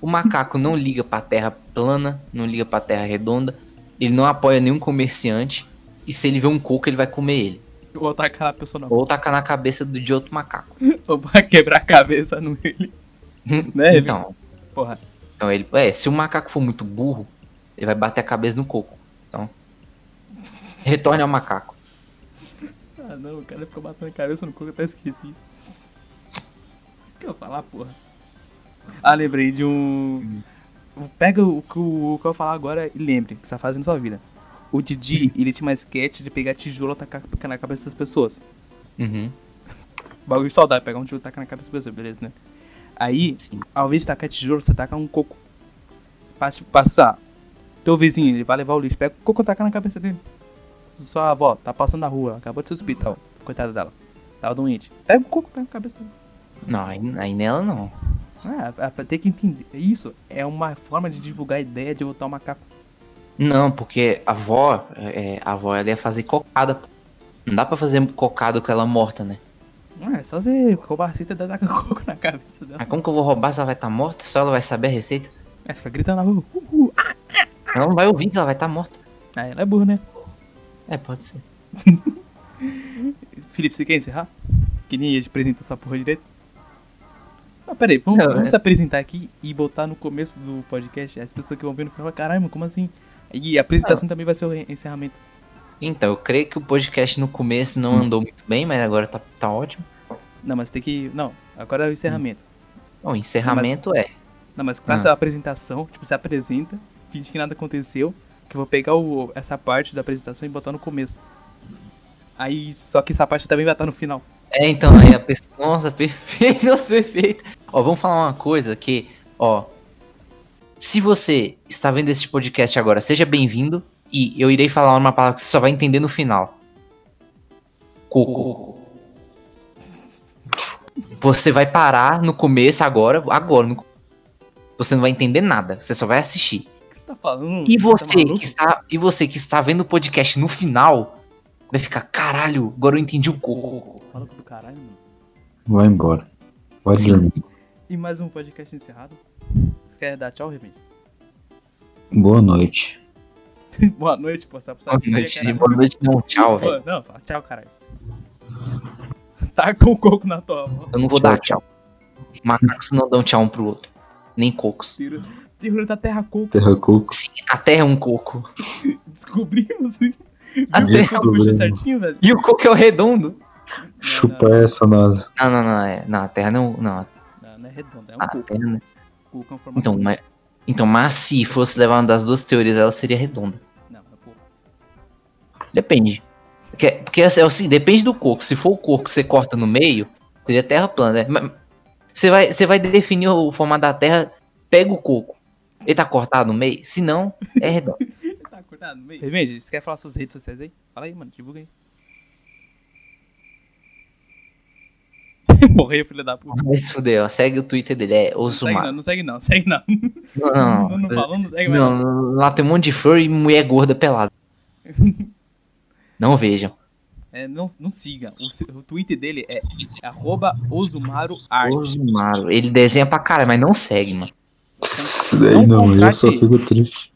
[SPEAKER 1] O macaco não liga pra terra plana, não liga pra terra redonda. Ele não apoia nenhum comerciante. E se ele vê um coco, ele vai comer ele.
[SPEAKER 2] Eu vou tacar na pessoa não.
[SPEAKER 1] Ou tacar na cabeça do- de outro macaco.
[SPEAKER 2] Ou vai quebrar a cabeça nele. Né, viu?
[SPEAKER 1] Então,
[SPEAKER 2] Porra.
[SPEAKER 1] Então ele. É, se o macaco for muito burro, ele vai bater a cabeça no coco. Então. Retorne ao macaco.
[SPEAKER 2] Ah, não, o cara ficou batendo a cabeça no coco, eu até esqueci. O que eu ia falar, porra? Ah, lembrei de um. Pega o que o- o que eu vou falar agora e lembre que você tá fazendo sua vida. O Didi, ele tinha uma sketch de pegar tijolo e tacar na cabeça das pessoas.
[SPEAKER 1] Uhum.
[SPEAKER 2] bagulho saudável, pegar um tijolo e tacar na cabeça da pessoa, beleza, né? Aí,
[SPEAKER 1] Sim.
[SPEAKER 2] ao invés de tacar tijolo, você taca um coco. Passa, passar. Teu vizinho, ele vai levar o lixo, pega o coco e taca na cabeça dele. Sua avó, tá passando na rua, acabou de ser hospital. Coitada dela. Tava doente. Pega o coco e taca na cabeça dele.
[SPEAKER 1] Não, aí, aí nela não.
[SPEAKER 2] Ah, é pra ter que entender. Isso é uma forma de divulgar a ideia de botar o macaco.
[SPEAKER 1] Não, porque a avó. é, a avó ela ia fazer cocada. pô. Não dá pra fazer cocada com ela morta, né?
[SPEAKER 2] Ah, é só você roubar a cita e tacar coco na cabeça dela.
[SPEAKER 1] Mas Ah, como que eu vou roubar se ela vai estar morta? Só ela vai saber a receita?
[SPEAKER 2] Aí fica gritando na rua. Uhul. Ah!
[SPEAKER 1] Ela não vai ouvir que ela vai estar morta.
[SPEAKER 2] Aí ela é burra, né?
[SPEAKER 1] É, pode ser.
[SPEAKER 2] Felipe, você quer encerrar? Que nem a gente apresentou essa porra direito. Ah, peraí, vamos,
[SPEAKER 1] Não,
[SPEAKER 2] vamos
[SPEAKER 1] é-
[SPEAKER 2] se apresentar aqui e botar no começo do podcast as pessoas que vão ver no final. Caralho, mano, como assim? E a apresentação também vai ser o re- encerramento.
[SPEAKER 1] Então, eu creio que o podcast no começo não andou muito bem, mas agora tá, tá ótimo.
[SPEAKER 2] Não, mas tem que. Não, agora é o encerramento.
[SPEAKER 1] Hum. Bom, encerramento é.
[SPEAKER 2] Não, mas começa a apresentação, tipo, se apresenta, finge que nada aconteceu, que eu vou pegar o- essa parte da apresentação e botar no começo. Aí, só que essa parte também vai estar no final.
[SPEAKER 1] É, então, aí a pessoa. Nossa, perfeito, nossa, perfeito. Ó, vamos falar uma coisa que, ó. Se você está vendo esse podcast agora, seja bem-vindo. E eu irei falar uma palavra que você só vai entender no final. Coco. Você vai parar no começo agora, agora. no co- Você não vai entender nada, você só vai assistir.
[SPEAKER 2] O que você tá falando?
[SPEAKER 1] E
[SPEAKER 2] Tá
[SPEAKER 1] você,
[SPEAKER 2] maluco?
[SPEAKER 1] que está, e você que está vendo o podcast no final, vai ficar, caralho, agora eu entendi o coco.
[SPEAKER 2] Maluco do caralho, mano.
[SPEAKER 3] Vai embora. Vai
[SPEAKER 1] Sim.
[SPEAKER 3] dormir.
[SPEAKER 2] E mais um podcast encerrado. Você quer dar tchau, Remy?
[SPEAKER 3] Boa noite.
[SPEAKER 2] Boa noite, pô. Sabe, sabe é
[SPEAKER 1] Boa
[SPEAKER 2] que
[SPEAKER 1] noite,
[SPEAKER 2] dia, cara?
[SPEAKER 1] boa noite, não, tchau, velho.
[SPEAKER 2] Pô, Não, fala tchau, caralho. Tá com o coco na tua mão.
[SPEAKER 1] Eu não vou
[SPEAKER 3] Tchau,
[SPEAKER 1] dar tchau. Macacos não dão tchau um pro outro. Nem cocos.
[SPEAKER 2] Tiro. Tiro da terra coco.
[SPEAKER 3] Terra Coco.
[SPEAKER 1] Sim, a terra é um coco.
[SPEAKER 2] Descobrimos. Viu
[SPEAKER 1] A
[SPEAKER 2] que eu
[SPEAKER 1] terra...
[SPEAKER 2] sou o bicho
[SPEAKER 3] Descobrimos.
[SPEAKER 2] certinho, velho?
[SPEAKER 1] E o coco é o redondo.
[SPEAKER 3] Chupa essa, NASA.
[SPEAKER 1] Não, não, não, é, não, a terra não, não,
[SPEAKER 2] Não, não é redondo, é um
[SPEAKER 1] a
[SPEAKER 2] coco.
[SPEAKER 1] terra não.
[SPEAKER 2] Coco é um formato.
[SPEAKER 1] Ah. Então, mas, então, mas se fosse levar uma das duas teorias, ela seria redonda.
[SPEAKER 2] Não, é coco.
[SPEAKER 1] Depende. Porque, porque assim, é o seguinte, depende do coco. Se for o coco que você corta no meio, seria terra plana, né? Mas Você vai, você vai definir o formato da terra, pega o coco. Ele tá cortado no meio? Se não, é redondo.
[SPEAKER 2] Tá acordado, meio. Remy, você quer falar suas redes sociais aí? Fala aí, mano. Divulga aí. Morreu, filho da puta.
[SPEAKER 1] Vai se fuder, ó. Segue o Twitter dele, é
[SPEAKER 2] Não segue
[SPEAKER 1] Osumar.
[SPEAKER 2] não, não segue não, segue não.
[SPEAKER 1] Não, não,
[SPEAKER 2] Não, não falamos, não segue mais não.
[SPEAKER 1] Não, lá tem um monte de flor e mulher gorda pelada. Não vejam.
[SPEAKER 2] É, não, não siga. O, se- o Twitter dele é arroba ozumaroart.
[SPEAKER 1] Osumaro, ele desenha pra cara, mas não segue, mano.
[SPEAKER 3] Isso daí
[SPEAKER 2] Não
[SPEAKER 3] não, eu
[SPEAKER 2] contrate.
[SPEAKER 3] só fico triste.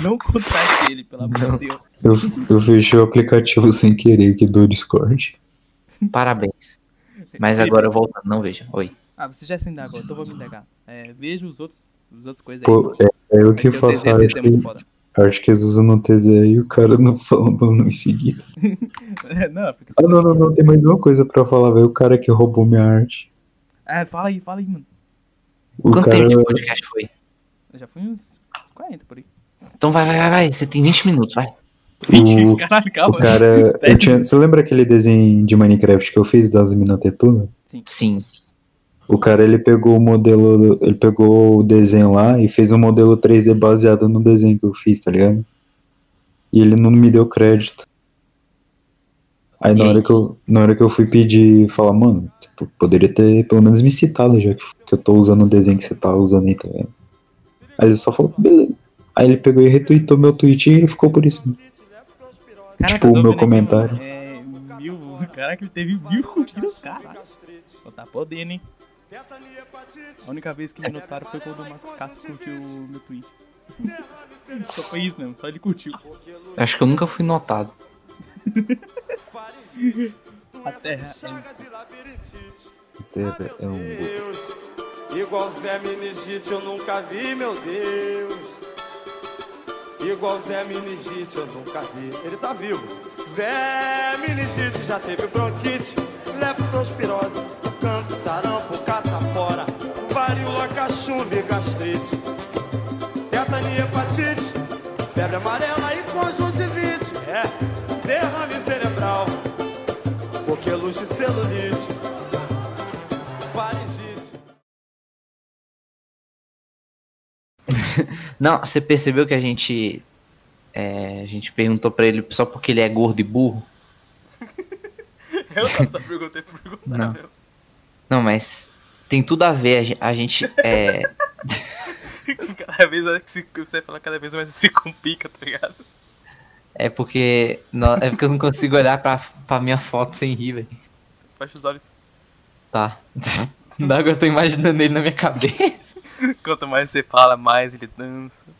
[SPEAKER 2] Não contrate ele, pelo amor
[SPEAKER 1] Não.
[SPEAKER 2] de Deus.
[SPEAKER 3] Eu, eu fechei o aplicativo sem querer aqui do Discord.
[SPEAKER 1] Parabéns. Mas agora eu voltando, não vejam. Oi.
[SPEAKER 2] Ah, você já se indagou, então vou me indagar. É, veja os outros, os outros coisas aí.
[SPEAKER 3] Pô, é, é eu que
[SPEAKER 1] um
[SPEAKER 2] Porque o
[SPEAKER 3] faço
[SPEAKER 2] TZ,
[SPEAKER 3] a
[SPEAKER 2] TZ
[SPEAKER 3] arte.
[SPEAKER 2] é muito foda.
[SPEAKER 3] Acho que às vezes eu não tesei e o cara não falou pra eu não me seguir.
[SPEAKER 2] É, não, é porque
[SPEAKER 3] Ah, não, não, não, tem mais uma coisa pra falar, velho. O cara que roubou minha arte.
[SPEAKER 2] É, fala aí, fala aí, mano.
[SPEAKER 3] O
[SPEAKER 1] Quanto
[SPEAKER 3] cara.
[SPEAKER 1] tempo de podcast foi?
[SPEAKER 2] Eu já fui uns 40 por aí.
[SPEAKER 1] Então vai, vai, vai, vai. Você tem 20 minutos, vai.
[SPEAKER 3] O-
[SPEAKER 2] Caralho,
[SPEAKER 3] O
[SPEAKER 2] calma.
[SPEAKER 3] cara. eu
[SPEAKER 2] Dez
[SPEAKER 3] tinha- você lembra aquele desenho de Minecraft que eu fiz das Minatetonas?
[SPEAKER 1] Sim.
[SPEAKER 3] O cara ele pegou o modelo. Ele pegou o desenho lá e fez um modelo 3D baseado no desenho que eu fiz, tá ligado? E ele não me deu crédito. Aí na
[SPEAKER 1] E aí?
[SPEAKER 3] hora, que eu, na hora que eu fui pedir, falar, mano, você p- poderia ter pelo menos me citado, já que, que eu tô usando o desenho que você tá usando aí, tá ligado? Aí ele só falou, beleza. Aí ele pegou e retweetou meu tweet e ele ficou por isso.
[SPEAKER 2] Caraca,
[SPEAKER 3] tipo,
[SPEAKER 2] eu tô
[SPEAKER 3] o meu
[SPEAKER 2] vendo aqui,
[SPEAKER 3] comentário.
[SPEAKER 2] mano, É, mil. Caraca, teve mil curtidas, caralho. Pô, tá podendo, hein? A única vez que me notaram foi quando o Marcos Castro curtiu o meu tweet. Só foi isso mesmo, só ele curtiu.
[SPEAKER 1] Acho que eu nunca fui notado.
[SPEAKER 2] A terra é um
[SPEAKER 3] É um...
[SPEAKER 6] Deus. Igual Zé Meningite eu nunca vi, meu Deus. Igual Zé Meningite eu nunca vi. Ele tá vivo. Zé Meningite já teve bronquite, leptospirose, canto, sarampo, catapora, varíola, cachumba e gastrite, tetania, hepatite, febre amarela e conjuntivite. É, derrame cerebral, coqueluche, celulite, faringite.
[SPEAKER 1] Não, você percebeu que a gente. é, a gente perguntou pra ele só porque ele é gordo e burro?
[SPEAKER 2] Eu só perguntei por perguntar,
[SPEAKER 1] Não.
[SPEAKER 2] meu.
[SPEAKER 1] Não, mas tem tudo a ver. a gen- A gente. é,
[SPEAKER 2] Cada vez ela se- você fala cada vez mais se complica, tá ligado?
[SPEAKER 1] é porque. nó- é porque eu não consigo olhar pra, pra minha foto sem rir, velho.
[SPEAKER 2] Fecha os olhos.
[SPEAKER 1] Tá. Não, Agora eu tô imaginando ele na minha cabeça.
[SPEAKER 2] Quanto mais você fala, mais ele dança.